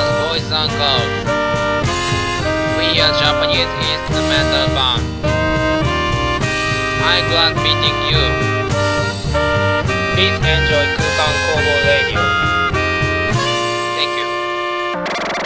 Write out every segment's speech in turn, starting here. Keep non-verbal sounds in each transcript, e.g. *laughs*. long ago. We are Japanese instrumental band. I'm glad meeting you. Please enjoy 空間工房 Radio. Thank you.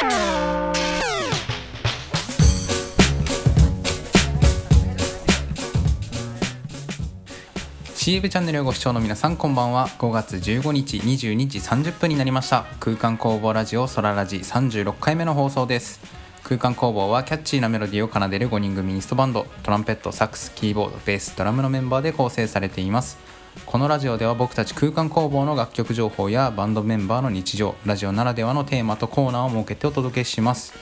シーブチャンネルをご視聴の皆さんこんばんは5月15日22時30分になりました空間工房ラジオソララジ36回目の放送です空間工房はキャッチーなメロディーを奏でる5人組インストバンドトランペットサックスキーボードベースドラムのメンバーで構成されていますこのラジオでは僕たち空間工房の楽曲情報やバンドメンバーの日常ラジオならではのテーマとコーナーを設けてお届けします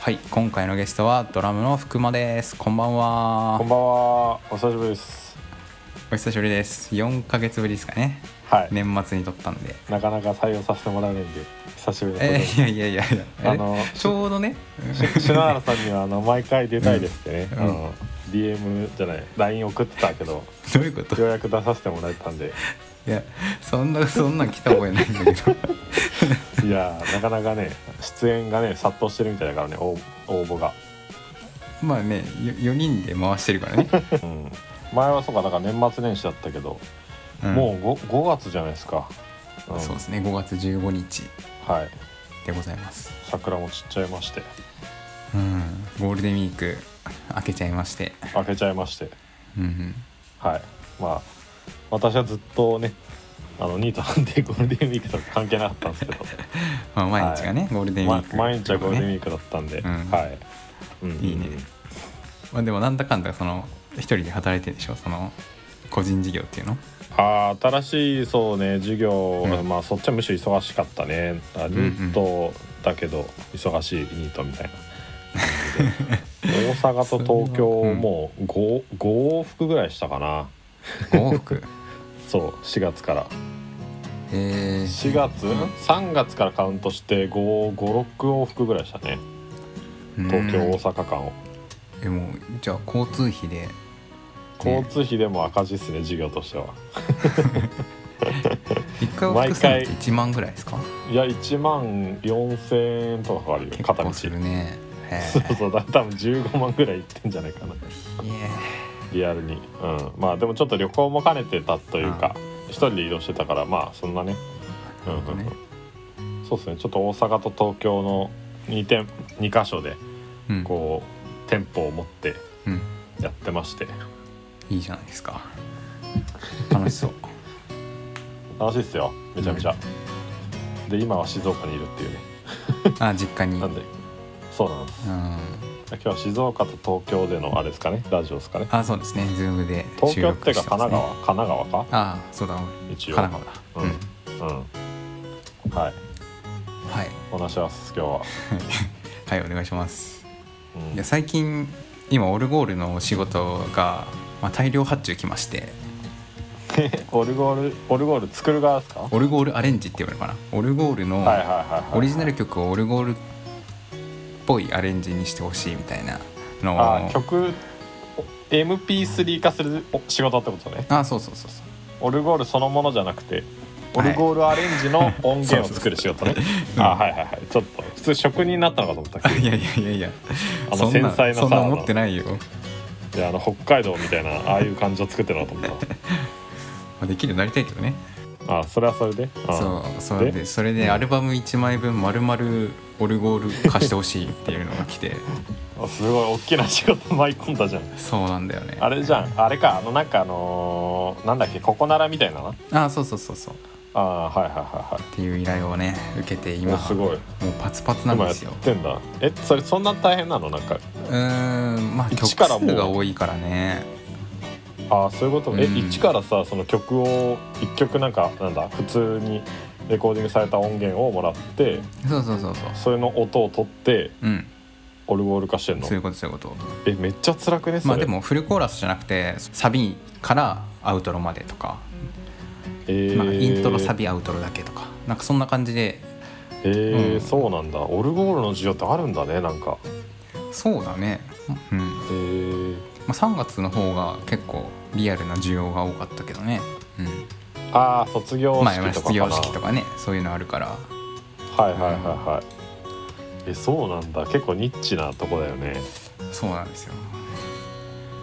はい今回のゲストはドラムの福間ですこんばんはこんばんは、お久しぶりです。お久しぶりです4ヶ月ぶりですかねはい、年末に撮ったんで、なかなか採用させてもらえないんで、久しぶりのことえでーいやいやいやいやああれのちょうどねす。篠原さんにはあの毎回出たいですってね、うんあの DM じゃない、LINE 送ってた *laughs* けど、よどういうことうやく出させてもらえたんで、いやそんなそんなん来た覚えないんだけど *laughs* いやー、なかなかね、出演がね、殺到してるみたいだからね、応応募が。まあね4人で回してるから *laughs* ね、うん、前はそうか、だから年末年始だったけど、うんもう 5, 5月じゃないですか。うんそうですね5月15日はい、でございます桜も散っちゃいまして、うんゴールデンウィーク開けちゃいまして開けちゃいまして。うんうんはいまあ私はずっとねあのニートなんでゴールデンウィークとか関係なかったんで *laughs* すけどまあ、毎日がね、ゴールデンウィまーク、毎日はゴールデンウィねークだったんで、うんはい、うんいいねまあ、でもなんだかんだその一人で働いてるでしょその個人事業っていうのあー新しいそうね授業、うんまあそっちはむしろ忙しかったねあニんうんートだけど忙しいニートみたいな感じで大阪と東京 *laughs* それはうんもう 5, 5往復ぐらいしたかな5往 *laughs* 復そう4月からえー、 4月3月からカウントして556往復ぐらいしたね東京うん大阪間をえもうじゃあ交通費で交通費でも赤字っすね事業としては1回往復するのって1万ぐらいですかいや1万4000円とかかかるよ結片道構するねへ *laughs* そうそうだ多分15万ぐらいいってんじゃないかなえいえリアルに、うん、まあでもちょっと旅行も兼ねてたというか一人で移動してたからまあそんなね,、うんほどねうんそうですねちょっと大阪と東京の2点二箇所でうんこう店舗を持ってうんやってましていいじゃないですか楽し *laughs* そう楽しいっすよめちゃめちゃ、で今は静岡にいるっていうねあ実家にうなんんでそうなんです今日は静岡と東京でのあれですかねラジオですかねあそうですねズームで東収京って録いうしかてま神すね奈川神奈川かあそうだ一神応奈川だうん、うんはいはいお話します今日は、はいお願いしますうんいや最近今オルゴールのお仕事が、まあ、大量発注きまして *laughs* オルゴールオルゴール作る側ですかはいオルゴールアレンジって言われるのかなオルゴールのはいはいはいオリジナル曲をオルゴールっぽいアレンジにしてほしいみたいなのをあ曲お MP3 化するお仕事ってことねあそうそうそうそうオルゴールそのものじゃなくてオはいルゴールアレンジの音源を作る仕事ね、うん *laughs* あはいはいはいちょっと普通職人になったのかと思ったけどいやいやいやいやあのそんな繊細なさそんな思ってないよいやあの北海道みたいなああいう感じを作ってるなと思っまあできるようになりたいけどねたあそれはそれであそうそれででそれでアルバム1枚分丸々オルゴール貸してほしいっていうのが来てあすごい大きな仕事舞い込んだじゃんそうなんだよねあれじゃんあれかあのなんかあのーなんだっけここならみたいななあそうそうそうそうっああはいはいはいはいていう依頼をね受けて今おすごいもうパツパツなん今でやっすよてんだえそれそんな大変なのなんかうーんまあ曲一数からもうが多いからねああそういうことえうん一からさその曲を一曲なんかなんだ普通にレコーディングされた音源をもらってそうそうそうそうそれの音を取ってうんオルゴール化してんのそういうことそういうことえめっちゃ辛くねそれまあでもフルコーラスじゃなくてサビからアウトロまでとか、えーまあ、イントロサビアウトロだけとかなんかそんな感じでえーうんそうなんだオルゴールの需要ってあるんだねなんかそうだね、うんまえー、あ、3月の方が結構リアルな需要が多かったけどね、うああ卒業ん、まあ式とかか卒な、業式とかねそういうのあるからはいはいはいはいえそうなんだ結構ニッチなとこだよねそうなんですよ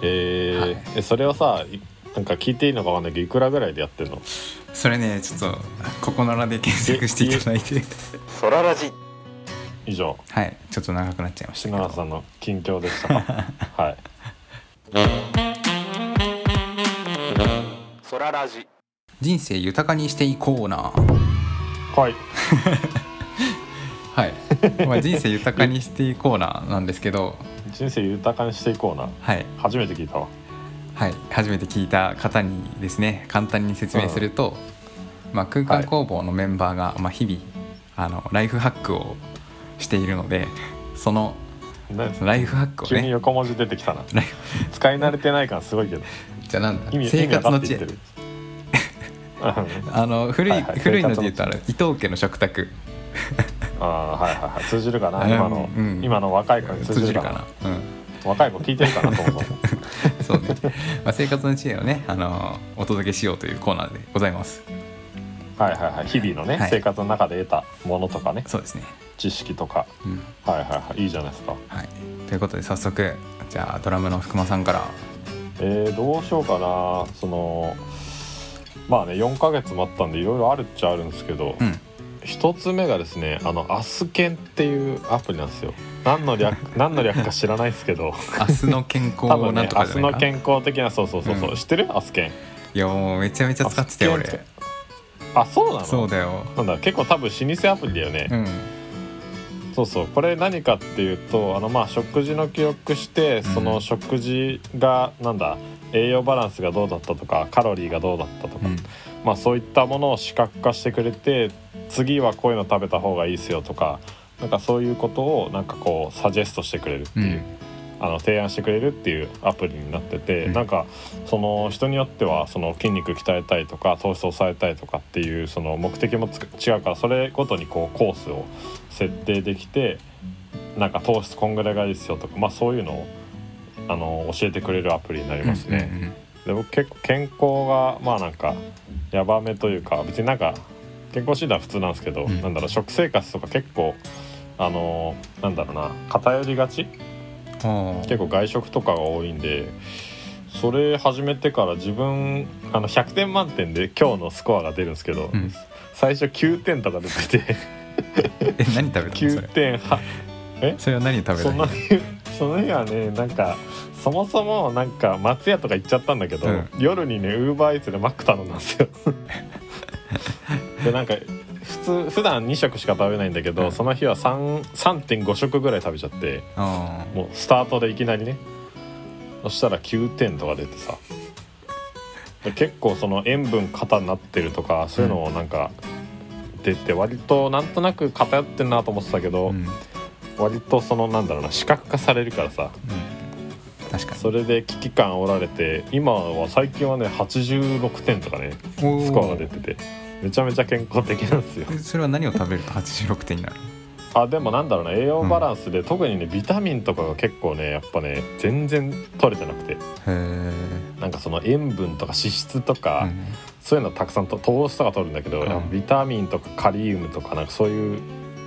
えーはいえそれはさいなんか聞いていいのかわかんないけどいくらぐらいでやってんのそれねちょっとここならで検索していただいてソララジ以上はいちょっと長くなっちゃいました篠け原どさんの近況でした *laughs* かはいソララジ人生豊かにしていこうなははいい、まあ、人生豊かにしていこうななんですけど人生豊かにしていこうなはい初めて聞いたわはい、初めて聞いた方にですね簡単に説明すると、まあ、空間工房のメンバーが、まあ、日々あのライフハックをしているのでそのねそのライフハックを急にね横文字出てきたなライ使い慣れてない感すごいけどじゃあなんだ意味生活の知意恵味わかって *laughs* 言ってるうんあの古い,、はいはい古いので言生活の知恵ったら伊藤家の食卓あーはいはいはい通じるかうなん今の、うん今の若い子に通通じじるるかなかな、若い子聞いてるかなと思う *laughs* うん、 *laughs* そうね、まあ、生活の知恵をねあのお届けしようというコーナーでございますはいはいはい日々のね、はい生活の中で得たものとかねそうですね、知識とかうんはいはいはいいいじゃないですかはい、ということで早速じゃあドラムの福間さんからえー、どうしようかなそのまあね4ヶ月待ったんでいろいろあるっちゃあるんですけど、うん一つ目がですねあのアスケンっていうアプリなんですよ何の略 *laughs* 何の略か知らないですけど明日の健康多分なんねとか明じゃ日ないのか、健康的なそうそうそうそう、うん知ってるアスケンいやもうめちゃめちゃ使ってたよ俺あそうなのそうだよなんだ結構多分老舗アプリだよねう、んそうそうこれ何かっていうとあのまあ食事の記録してうんその食事がなんだ栄養バランスがどうだったとかカロリーがどうだったとか、うんまあ、そういったものを視覚化してくれて次はこういうの食べた方がいいですよとかなんかそういうことをなんかこうサジェストしてくれるっていう、あの提案してくれるっていうアプリになってて、うんなんかその人によってはその筋肉鍛えたいとか糖質抑えたいとかっていうその目的もつ違うからそれごとにこうコースを設定できてなんか糖質こんぐらいがいいですよとか、まあ、そういうのをあの教えてくれるアプリになりますね。うんうんうんで僕結構健康がまあなんかやばめというか別になんか健康診断は普通なんですけど、うんなんだろう食生活とか結構あのーなんだろうな偏りがちおー結構外食とかが多いんでそれ始めてから自分あの100点満点で今日のスコアが出るんですけど、うん最初9点たたれて *laughs* てえ何食べたのそ9れ点はそれは何食べたそんのなその日はねなんかそもそもなんか松屋とか行っちゃったんだけど、うん夜にねウーバーイーツでマック頼んだん *laughs* ですよでなんか普通普段2食しか食べないんだけど、うんその日は3 3.5食ぐらい食べちゃってあーもうスタートでいきなりねそしたら9点とか出てさで結構その塩分過になってるとかそういうのをなんか出て割となんとなく偏ってるなと思ってたけど、うんうん割とそのなんだろうな視覚化されるからさ確かにそれで危機感煽られて今は最近はね86点とかねおースコアが出ててめちゃめちゃ健康的なんですよえそれは何を食べると86点になるあでもなんだろうな栄養バランスで、特にねビタミンとかが結構ねやっぱね全然取れてなくてへえ、なんかその塩分とか脂質とか、うんそういうのたくさんと糖質とか取るんだけど、うんやっぱビタミンとかカリウムとかなんかそういう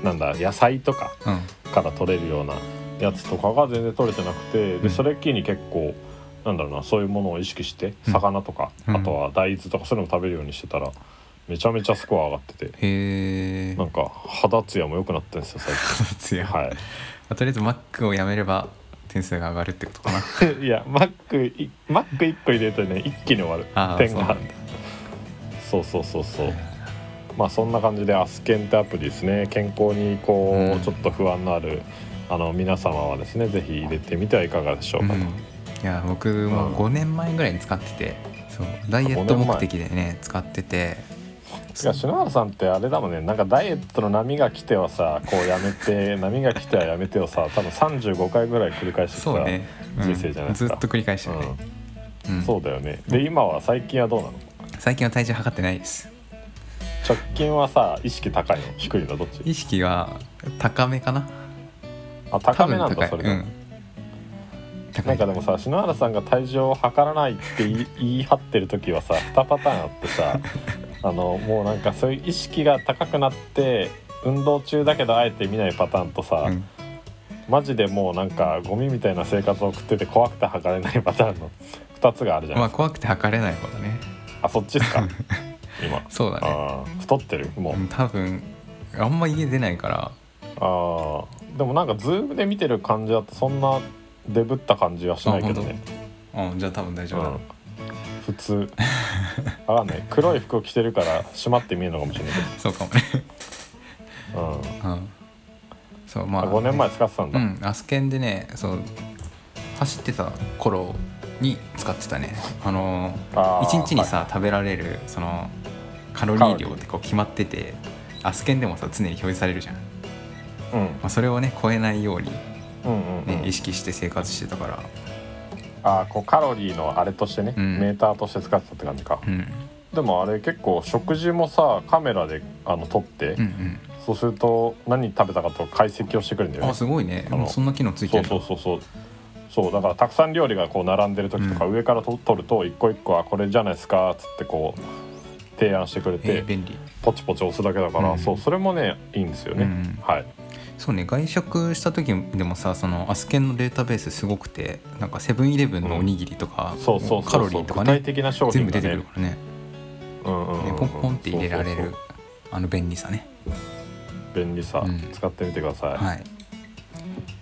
なんだ野菜とかうん、から取れるようなやつとかが全然取れてなくてうんでそれっきりに結構なんだろうなそういうものを意識してうん魚とか、うんあとは大豆とかそういうのも食べるようにしてたらめちゃめちゃスコア上がっててへえなんか肌ツヤも良くなってるんですよ最強い、近はまあとりあえずマックをやめれば点数が上がるってことかな *laughs* いいやマックいマック1個入れるとね一気に終わあーる点そうながんだそうそうそうそうまあそんな感じでアスケンってアプリですね健康にこうんうちょっと不安のあるあの皆様はですねぜひ入れてみてはいかがでしょううかと、ん、いや僕うもん5年前ぐらいに使っててそうダイエット目的でね使ってていや篠原さんってあれだもんねなんかダイエットの波が来てはさこうやめて *laughs* 波が来てはやめてをさ多分35回ぐらい繰り返してきたそうね、うん人生じゃないですかずっと繰り返してるね、うんうん、そうだよねで今は最近はどうなの最近は体重測ってないです直近はさ意識高いの低いのどっち意識は高めかなあ高めなんだ多そ分高いれで、うん高ないんかでもさ篠原さんが体重を測らないって言い *laughs* 言い張ってる時はさ2パターンあってさあのもうなんかそういう意識が高くなって運動中だけどあえて見ないパターンとさ、うんマジでもうなんかゴミみたいな生活を送ってて怖くて測れないパターンの2つがあるじゃん、まあ怖くて測れないほどねあそっちっ *laughs* すか今そうだねあー太ってるもう、うん多分あんま家出ないからあーでもなんかズームで見てる感じだとそんなデブった感じはしないけどね、うんじゃあ多分大う丈夫だ、ん、普通 *laughs* わかんない黒い服を着てるから締まって見えるのかもしれないそうかもねけど、うんうんそうまあ5年前使ってたんうだ、んアスケンでねそう走ってた頃に使ってたねあのあー1日にさ、食べられるそのカロリー量ってこう決まっててアスケンでもさ常に表示されるじゃん、まうんあ、それをね超えないように、うんうんうね、ん意識して生活してたからあーこうカロリーのあれとしてね、うんメーターとして使ってたって感じかうんでもあれ結構食事もさカメラであの撮って、うんそうすると何食べたかとか解析をしてくれるんだうんよあねすごいねあのもうそんな機能ついそてうるそうそうそうそうだからたくさん料理がこう並んでる時とか、うん上からと取ると一個一個はこれじゃないですかっつってこう提案してくれて、えー便利ポチポチ押すだけだから、うんそうそれもねいいんですよね、うんはいそうね外食した時でもさそのアスケンのデータベースすごくてなんかセブンイレブンのおにぎりとか、そうそうそうそうカロリーとかね具体的な商全品部が出てくるねからねうんうんうんうねんポンポンって入れられそうそるうあの便利さねそう便利さ、うん使ってみてください、はい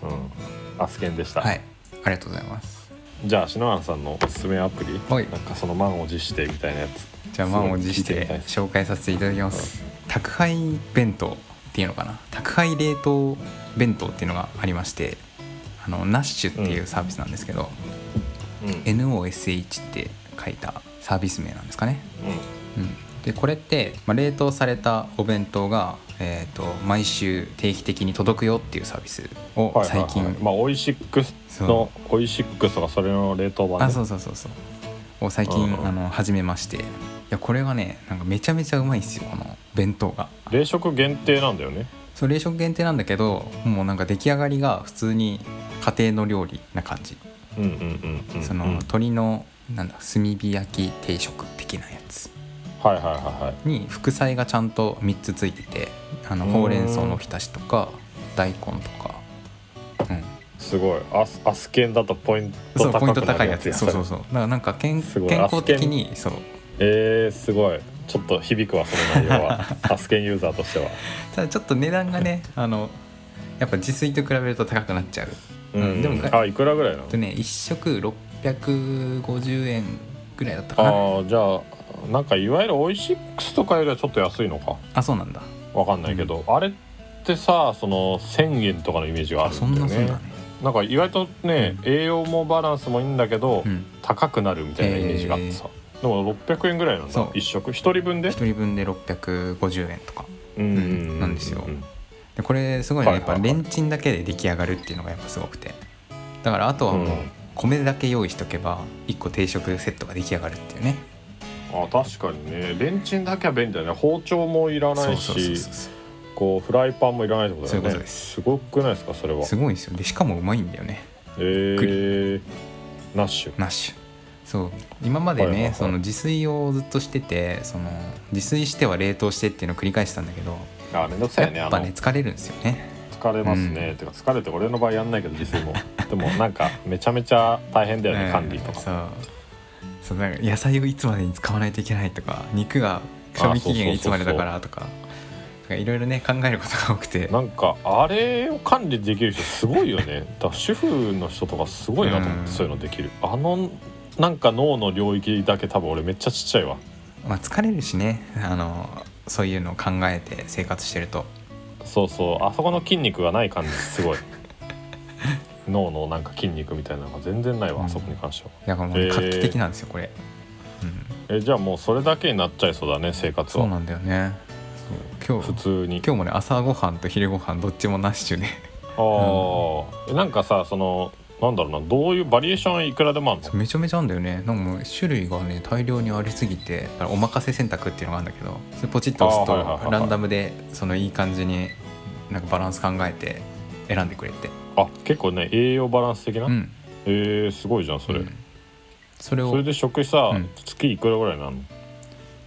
うん、アスケンでした、はいありがとうございますじゃあ篠原さんのおすすめアプリ、はいなんかその満を持してみたいなやつじゃあ満を持しそう聞いててみたいです紹介させていただきます宅配弁当っていうのかな宅配冷凍弁当っていうのがありましてあのナッシュっていうサービスなんですけど、うん、 NOSH って書いたサービス名なんですかねううんでこれって、まあ、冷凍されたお弁当が、えー、と毎週定期的に届くよっていうサービスをん、最近、はいはいはいまあオイシックスのオイシックスとかそれの冷凍版、ね、あそうそうそうそうを最近、うんうんあの始めましていやこれがねなんかめちゃめちゃうまいんですよこの弁当が冷食限定なんだよねそう冷食限定なんだけどもうなんか出来上がりが普通に家庭の料理な感じ、うんうんうんうんうんそのはい鶏のなんだ炭火焼き定食的なやつはいはいはいに副菜がちゃんと3つついててあのうんほうれん草のおひたしとか大根とか、うん、すごいアスアスケンだとポインそトうポイン高トくな高るいややつつやそうそうそうだからなんか健すごい健康アス的ケンにそうえー、すごいちょっと響くわその内 *laughs* 容はアスケンユーザーとしてはただちょっと値段がねあのやっぱ自炊と比べると高くなっちゃううん、うんでもあいくらぐらいなのとね1食650円ぐらいだったかなあああじゃあなんかいわゆるオイシックスとかよりはちょっと安いのかそうなんだわかんないけど、あれってさその1,000円とかのイメージがああるそんんだよなそんねだねなんか意外とね、う栄養もバランスもいいんだけど、うん高くなるみたいなイメージがあってさ、でも600円ぐらいなんそだう一食一人分で1人分で650円とかうんなんですよでこれすごいねはやいっはいはぱいレンチンだけで出来上がるっていうのがやっぱすごくてだからあとはもううん米だけ用意しとけば1個定食セットが出来上がるっていうねあ確かにねレンチンだけは便利だね包丁もいらそなういそうそうしそこうフライパンもいらないってことだよねそういうことですごくないですかそれうはすごいんですよでしかもうまいんだよねえー、ナッシュナッシュそう今までね、はいはいはいその自炊をずっとしててその自炊しては冷凍してっていうのを繰り返してたんだけどあめんどくさいよねやっぱあのね疲れるんですよね疲れますね、てか疲れて俺の場合やんないけど自炊もでもなんかめちゃめちゃ大変だよね、うん管理とかそうそうなんか野菜をいつまでに使わないといけないとか肉が賞味期限がいつまでだからとかなんかいろいろね考えることが多くてなんかあれを管理できる人すごいよねだから主婦の人とかすごいなと思っうんてそういうのできるあのなんか脳の領域だけ多分俺めっちゃちっちゃいわまあ、疲れるしねあのそういうのを考えて生活してるとそうそうあそこの筋肉がない感じ *laughs* すごい脳のなんか筋肉みたいなのが全然ないわ、うんあそこに関してはだからもうへー画期的なんですよこれ、うん、えじゃあもうそれだけになっちゃいそうだね生活そうはなんだよねそう今日普通に今日もね朝ごはんと昼ごはんどっちもナッシュでああ、なんかさそのなんだろうなどういうバリエーションいくらでもあるの *laughs* めちゃめちゃあんだよねなんかもう種類がね大量にありすぎてだからお任せ選択っていうのがあるんだけどそれポチッと押すあーはいはいはいはといランダムでそのいい感じになんかバランス考えて選んでくれてあ結構ね栄養バランス的な、うんえー、すごいじゃんそれ、うんそれそれをで食費さ、うん月いくらぐらいなの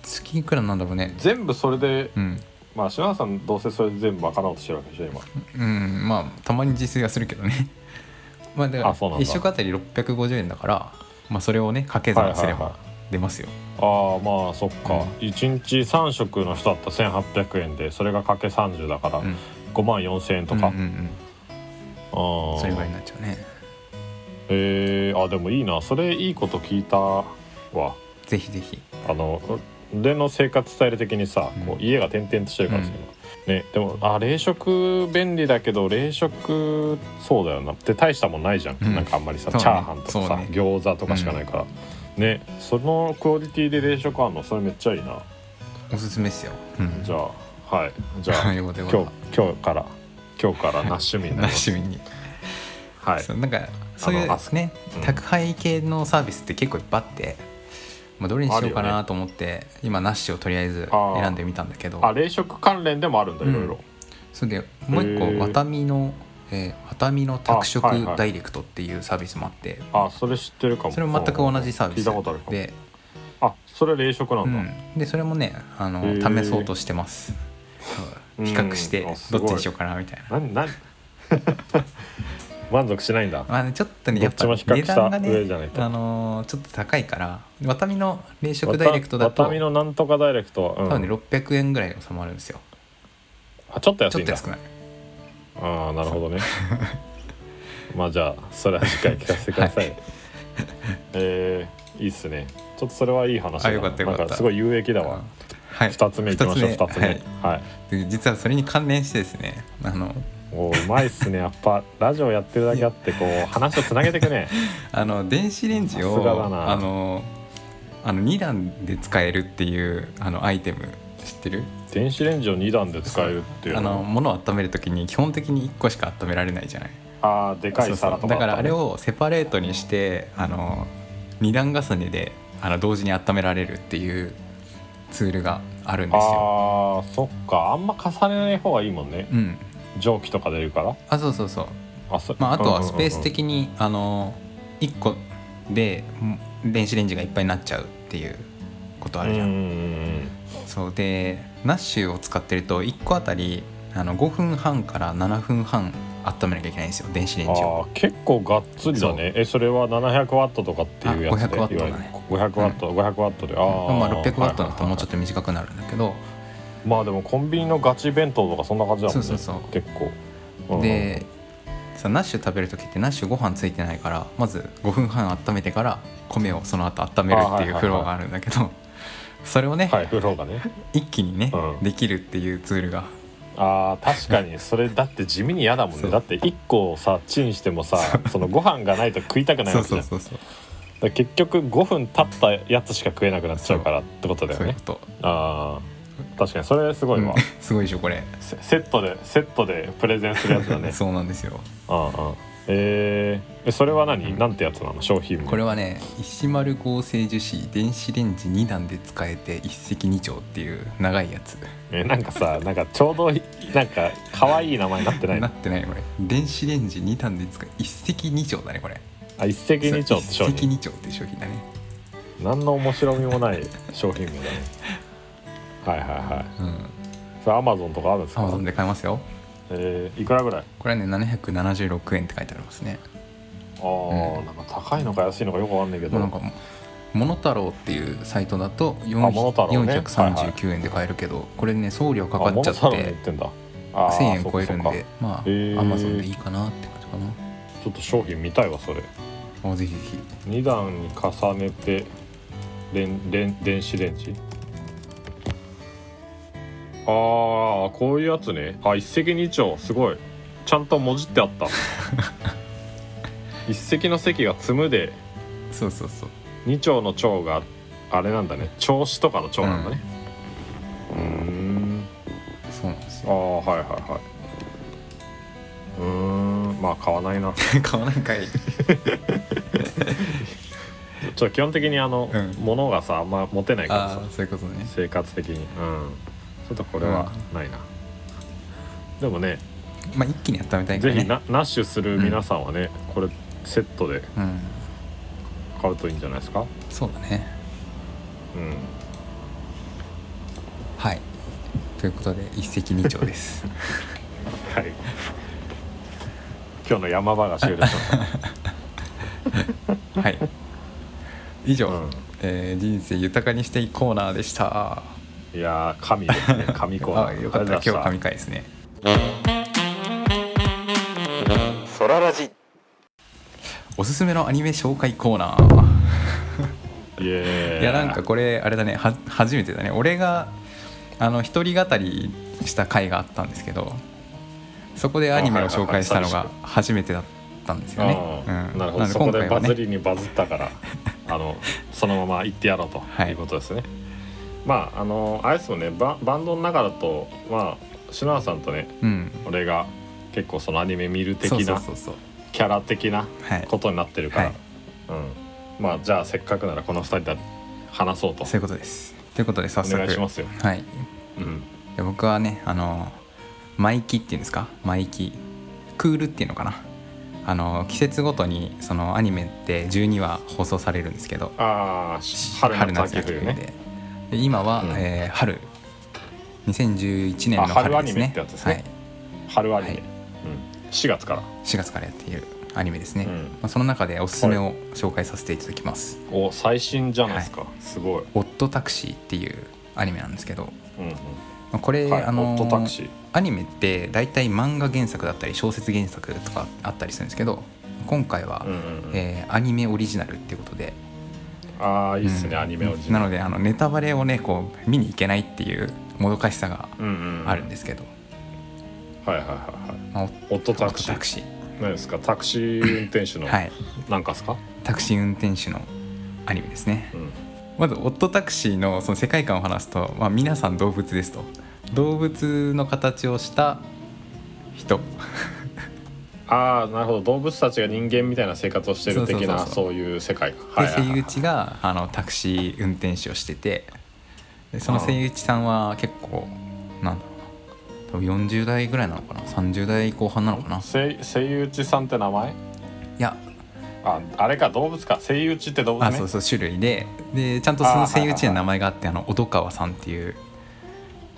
月いくらなんだろうね全部それで、うんまあ篠原さんどうせそれで全部賄おうとしてるわけでしょ今うんまあたまに自炊はするけどね *laughs* まあだからあそうなんだ1食あたり650円だから、まあ、それをね掛け算すれはいばは出ますよ、ああまあそっか、うん一日3食の人だったら1800円でそれがかけ30だからうん5万4000円とか、うんうんあうあん、それぐらいになっちゃうねえー、あでもいいなそれいいこと聞いたわぜひぜひあの俺の生活スタイル的にさ、うんこう家が転々としてるからさ、うん今ね、でもあ冷食便利だけど冷食そうだよなって大したもんないじゃん、うんなんかあんまりそさ、うねチャーハンとかそさ、うね餃子とかしかないから、ねそのクオリティで冷食あんのそれめっちゃいいなおすすめですよ、うん、じゃあはいじゃあ *laughs* よかったよかっ今日今日から今日からナッシュミーたになナッりまシすュミに、はいそうなんかそういあのあうね、うん宅配系のサービスって結構いっぱいあって、まあ、どれにしようかあるよなねと思って、今ナッシュをとりあえずあー選んでみたんだけどあ冷食関連でもあるんだうんいろいろ、それでもう一へ個ーワタミの、えーワタミの宅食あはいはいダイレクトっていうサービスもあって、あそれ知ってるかもそれも全く同じサービ聞いスたことあるかもで,、あそれ冷食なうんだ、ん、でそれもねあのへー試そうとしてますうん比較してあすどごいっちにしようかなみたいな、何何 *laughs* 満足しないんだまあね、ちょっとねやっぱどっちも値比較した段がね上じゃないとあのーちょっと高いからワタミの冷食ダイレクトだとワタミのなんとかダイレクトは、うん多分ね600円ぐらい収まるんですよあちょっとちょ安っいんとだ安くないああなるほどね *laughs* まあじゃあそれは次回聞かせてくださ *laughs* い、はえーいいっすねちょっとそれはいい話だあよかったよかったなんかすごい有益だわ、はい二つ目いきましょう二つ目はいはい、で実はそれに関連してですねあのおーうまいっすねやっぱラジオやってるだけあってこう話をつなげていくねあの電子レンジさすがをだなあのあの2段で使えるっていうあのアイテム知ってる電子レンジを2段で使えるっていうあの物を温める時に基本的に1個しか温められないじゃないあーでかそういそう皿とかだからあれををセパレートにしてあの2段重ねであの同時に温められるっていうツールがあるんですよ。あーそっかあんま重ねない方がいいもんねうん、蒸気とか出るからあそうそうそうあそまあ、あとはスペース的に、あの1個でうん電子レンジがいっぱいになっちゃうっていうことあるじゃうんん。うんうんそうでナッシュを使ってると1個あたりあの5分半から7分半温めなきゃいけないんですよ電子レンあジを。ー結構がっつりだねえそれは700ワットとかっていうやつであ500ワットだねいわゆる500ワット、500ワットであーまあ、600ワットだともうちょはいはいはいっと短くなるんだけど、まあでもコンビニのガチ弁当とかそんな感じだもんねそうそうそう結構、うんうんでさナッシュ食べる時ってナッシュご飯ついてないからまず5分半温めてから米をその後温めるっていうあはいはいはいフローがあるんだけど *laughs* それをね、はいフローがね一気にね、うんできるっていうツールがあー確かにそれだって地味に嫌だもん *laughs* そねうだって1個さチンしてもさそのご飯がないと食いたくないそわうけじゃそんうそうそうだから結局5分経ったやつしか食えなくなっちゃうからってことだよそういうねことあー確かにそれすごいわ、うん *laughs* すごいでしょこれ、セセットでセットでプレゼンするやつだ *laughs* ねそうなんですよああえーえそれは何、なんてやつなの商品名これはね石丸合成樹脂電子レンジ2段で使えて一石二鳥っていう長いやつえなんかさなんかちょうどいなんか可愛い名前になってないなのってないこれ電子レンジ2段で使え一石二鳥だねこれあ一石二鳥って商一石品二鳥って商品だね何の面白みもない商品名だねはいはいはいうんそれアマゾンとかあるんですアかマゾンで買えますよえーいくらぐらいこれはね776円って書いてありますねああ、なんか高いのか安いのかよくわかんないけもどうなんか「モノタロウ」っていうサイトだとあモノタロウね439円で買えるけど、これね送料かかっちゃあモノっタロウに売てってんだ1000 1000円超えるんでまあへーアマゾンでいいかなって感じかなちょっと商品見たいわそれあぜひぜひ2段に重ねてレンレン電子レンジあーこういうやつねあ一石二鳥すごいちゃんと文字ってあった *laughs* 一石の石が積むでそうそうそう二鳥の鳥があれなんだね調子とかの鳥なんだねうーんそうなんですあよあはいはいはいうーんまあ買わないな *laughs* 買わないんかいちょっと基本的にあの、うん物がさあんま持てないからあさあそういうことね生活的にうんちょっとこれはないな、でもねまあ一気に温めたいかぜらねひなナッシュする皆さんはね、これセットでうん買うといいんじゃないですかそうだねうんはいということで一石二鳥です *laughs* はい今日の山場が終了しましたはい以上、うんえー人生豊かにしていいコーナーでしたいやー神で *laughs* すね神コーナあーよかったあ今り日がとうござ神いまし回ですねた空ラジおすすめのアニメ紹介コーナーイエーイいやなんかこれあれだねは初めてだね俺があの一人語りした回があったんですけどそこでアニメを紹介したのが初めてだったんですよね。あうーんなるほどのでそこ今で回バはズねりにバズった *laughs* から、あのそのまま行ってやろうとはいいうことですね、まああのあれですもんねババンドの中だとまあ篠原さんとねうん俺が結構そのアニメ見る的そうそうなそうそうキャラ的なはいことになってるから、はいうん、まあじゃあせっかくならこの2人で話そうとそういうことです。ということで早お速願いしますよ、はい、うん、で僕はねあのマイキっていうんですかマイキクールっていうのかなあの季節ごとにそのアニメって12話放送されるんですけどああ春夏秋冬でねで今は、うんえー春2011年のあ春春ですねアニメってやつですねはい、春アニメ、はいうん、4月から4月からやっているアニメですね、うんまあ、その中でおすすめを紹介させていただきますお最新じゃないですか、すごい、 「オットタクシー」っていうアニメなんですけど、まうんうんあこれ、はい、あのホットタクシーアニメって大体漫画原作だったり小説原作とかあったりするんですけど今回は、うんうんうんえーアニメオリジナルっていうことでああいいっすね、うんアニメオリジなナルのであのネタバレをねこう見に行けないっていうもどかしさがうんうんあるんですけど、はいはいはいはいまあ、オットタクシタクーシー何ですかタクシー運転手のはいなんかですか、タクシー運転手のアニメですねうんまずオットタクシーのその世界観を話すと、まあ、皆さん動物ですと動物の形をした人ああなるほど動物たちが人間みたいな生活をしてる的なそうそうそうそうそういう世界ではいはい声はい優地があのタクシー運転手をしててでその声優地さんは結構なんだろうな多分40代ぐらいなのかな30代後半なのかない声声優ちさんって名前やああれか動物か声優ちって動物あねそうそう種類ででちゃんとその声優地の名前があってあの小戸川さんっていう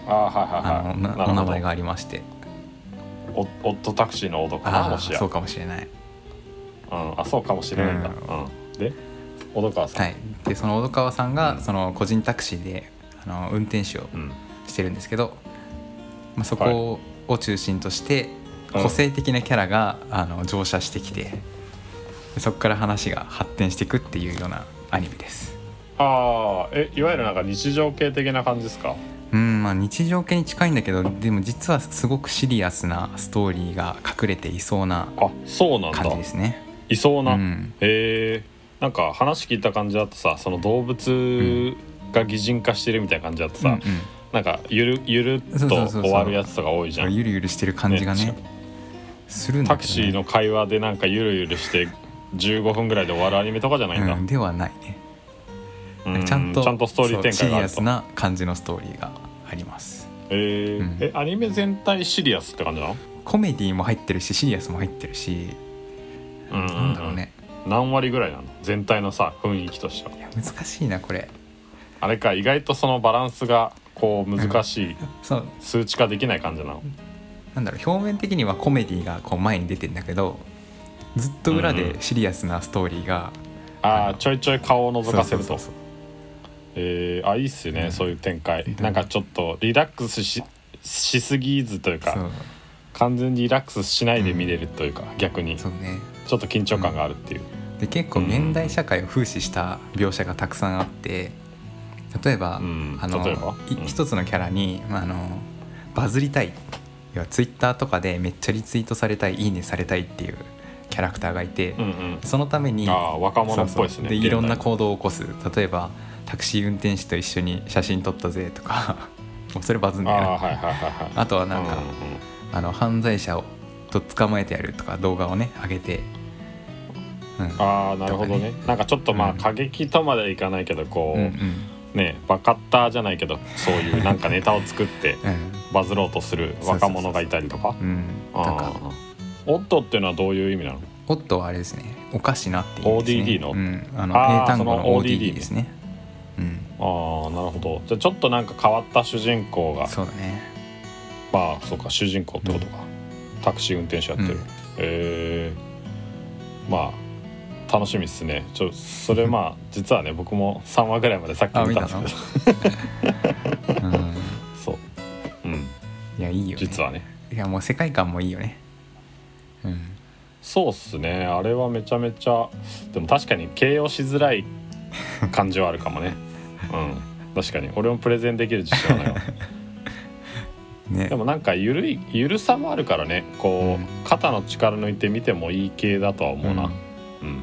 あーはいはいはあいのななおる名ほ前どがありましておオットタクシーのオドかなあもあしやそうかもしれないうん、あそうかもしれないんだ、うんうんで小戸川さん、はい、でその小戸川さんがうんその個人タクシーであの運転手をうん、してるんですけど、まあ、そこを中心としてうん個性的なキャラがあの乗車してきてでそこから話が発展していくっていうようなアニメです。ああえいわゆるなんか日常系的な感じですかうんまあ、日常系に近いんだけどでも実はすごくシリアスなストーリーが隠れていそうなあそうなんだ感じですね。いそううな、ん、へえんか話聞いた感じだとさその動物が擬人化してるみたいな感じだとさ、うんうんなんかゆるゆるっそうそうそとうそう終わるやつとか多いじゃんゆるゆるしてる感じがねねするんだタけクど、ね、シーの会話でなんかゆるゆるして15分ぐらいで終わるアニメとかじゃないんだ、うん、ではないね。うちゃんとちゃんとストーリー展開があるそうシリアスとな感じのストーリーがありますえーうんえアニメ全体シリアスって感じなのコメディも入ってるしシリアスも入ってるし、うんうんうんなんだろうね何割ぐらいなの全体のさ雰囲気としてはいや難しいなこれあれか意外とそのバランスがこう難しいそう数値化できない感じなのなんだろう表面的にはコメディがこう前に出てんだけどずっと裏でシリアスなストーリーが、ああちょいちょい顔を覗かせるそうそとうそうえー、あいいっすよね、そういう展開、んなんかちょっとリラックスししすぎずというそかう完全にリラックスしないで見れるというか、逆にちそょうねっと緊張感があるっていう、で結構現代社会を風刺した描写がたくさんあって例えば、うんあの例えばいうん一つのキャラに、まあ、あのバズりたい要はツイッターとかでめっちゃリツイートされたいいいねされたいっていうキャラクターがいて、うんうんそのためにああ若者っぽいですそうそうねでいろんな現代行動を起こす例えばタクシー運転手と一緒に写真撮ったぜとかもうそれバズんだよあなあはいはいはいはいあとはなんかうあの犯罪者をと捕まえてやるとか動画をね上げて、うん、ああなるほどねとなんかちょっとまあうん過激とまではいかないけどこうう、んうんねバカッターじゃないけどそういうなんかネタを作ってうんバズろうとする若者がいたりとかうん、なんあかあオットっていうのはどういう意味なのオットはあれですねおかしなっていう意味ですね ODD のうん、ああのー英単語そのの ODD ODD ですねうんああなるほどじゃあちょっとなんか変わった主人公がそうだねまあそうか主人公ってことか、タクシー運転手やってる、うんえーまあ楽しみっすねちょそれ *laughs* まあ実はね僕も3話ぐらいまでさっきあ見見たんたですのけど *laughs* うんそううんいやいいよ、ね、実はねいやもう世界観もいいよねうんそうっすねあれはめちゃめちゃでも確かに形容しづらい感じはあるかもねうん確かに俺もプレゼンできる自信はないわねでもなんかゆるいゆるさもあるからねこう、うん肩の力抜いて見てもいい系だとは思うな、うんうん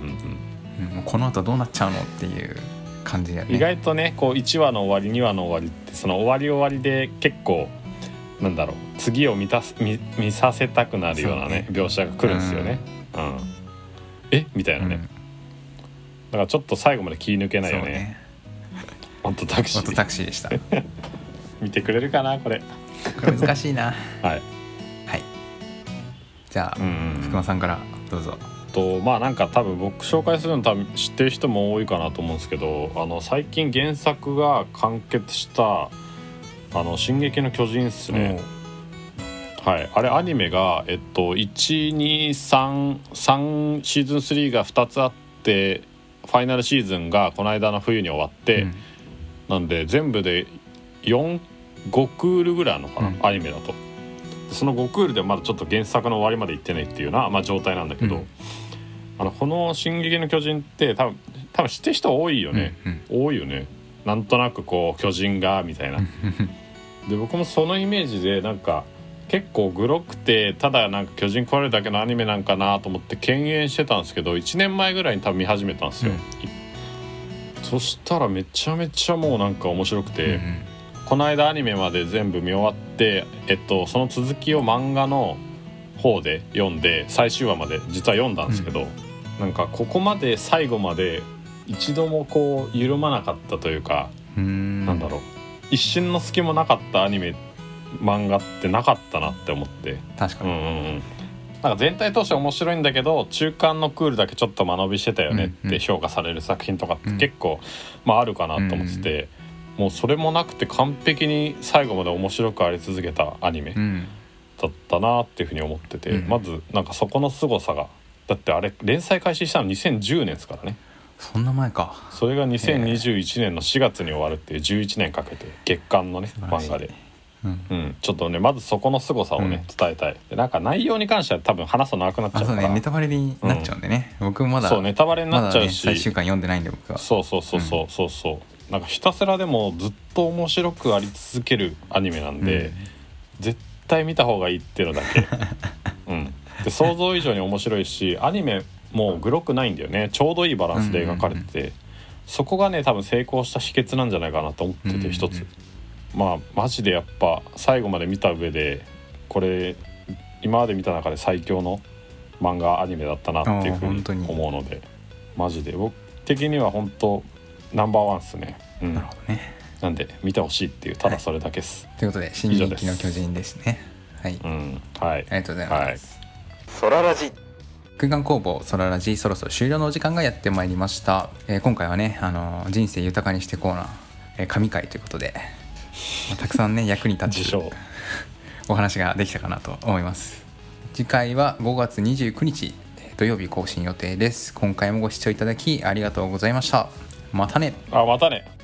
うんうんもうこの後どうなっちゃうのっていう感じだようん、ね意外とねこう1話の終わり2話の終わりってその終わり終わりで結構なんだろう次を満たす見見させたくなるようなねそ描写が来るんですよね、うんえみたいなね、うんだからちょっと最後まで気抜けないそうよねね本当タクシオットータクシーで *laughs* した見てくれるかなこれこれ難しいなはいはいじゃあ、うんうん福間さんからどう *laughs* ぞとまあなんか多分僕紹介するの多分知ってる人も多いかなと思うんですけどあの最近原作が完結した「あの進撃の巨人」っすね、はい、あれアニメが、えっと、1233シーズン3が2つあってファイナルシーズンがこの間の冬に終わって、うんなんで全部で45クールぐらいあるのかな、うんアニメだとその5クールではまだちょっと原作の終わりまで行ってないっていうような、まあ、状態なんだけど、うんあのこの「進撃の巨人」って多分多分知ってる人多いよね、うん多いよねなんとなくこう巨人がみたいなで僕もそのイメージでなんか結構グロくてただなんか巨人食われるだけのアニメなんかなと思って敬遠してたんですけど1年前ぐらいに多分見始めたんですよ、うんそしたらめちゃめちゃもうなんか面白くて、うんうんこの間アニメまで全部見終わって、えっと、その続きを漫画の方で読んで最終話まで実は読んだんですけど、なんかここまで最後まで一度もこう緩まなかったというか、うーんなんだろう一瞬の隙もなかったアニメ漫画ってなかったなって思って確かうんうに、んうんなんか全体通して面白いんだけど中間のクールだけちょっと間延びしてたよねうんっうてん評価される作品とかってうん結構、まあ、あるかなと思ってて、もうそれもなくて完璧に最後まで面白くあり続けたアニメうだんったなっていうふうに思ってて、うんまずなんかそこの凄さがだってあれ連載開始したの2010年ですからねそんな前かそれが2021年の4月に終わるっていう11年かけて月間のね素晴らしい漫画で、うんうん、ちょっとねまずそこの凄さをね、伝えたいでなんか内容に関しては多分話すの長くなっちゃあうそかうらねネタバレになっちゃうんでね、僕もまだそうネタバレにまなだっちゃうねし、最終巻読んでないんで僕はそうそうそうそうそうそうなんかひたすらでもずっと面白くあり続けるアニメなんで、うん絶対見た方がいいっていうのだけ、 *laughs* うん、で想像以上に面白いしアニメもうグロくないんだよねちょうどいいバランスで描かれてて、そこがね多分成功した秘訣なんじゃないかなと思っうてんうんうてん一つ、まあマジでやっぱ最後まで見た上でこれ今まで見た中で最強の漫画アニメだったなっていうふうあーに本当に思うのでマジで僕的には本当ナンバーワンっすね、うんなるほどねなんで見てほしいっていうただそれだけっす、ということで「進上です撃の巨人」ですねはい、あうんはいりがとうございます、ソララジ空間工房空ラジそろそろ終了のお時間がやってまいりました、えー今回はね、あのー人生豊かにしてコーナー、えー神回ということで、まあたくさんね役に立自つ称お話ができたかなと思います次回は5月29日えー土曜日更新予定です今回もご視聴いただきありがとうございましたまたねあまたね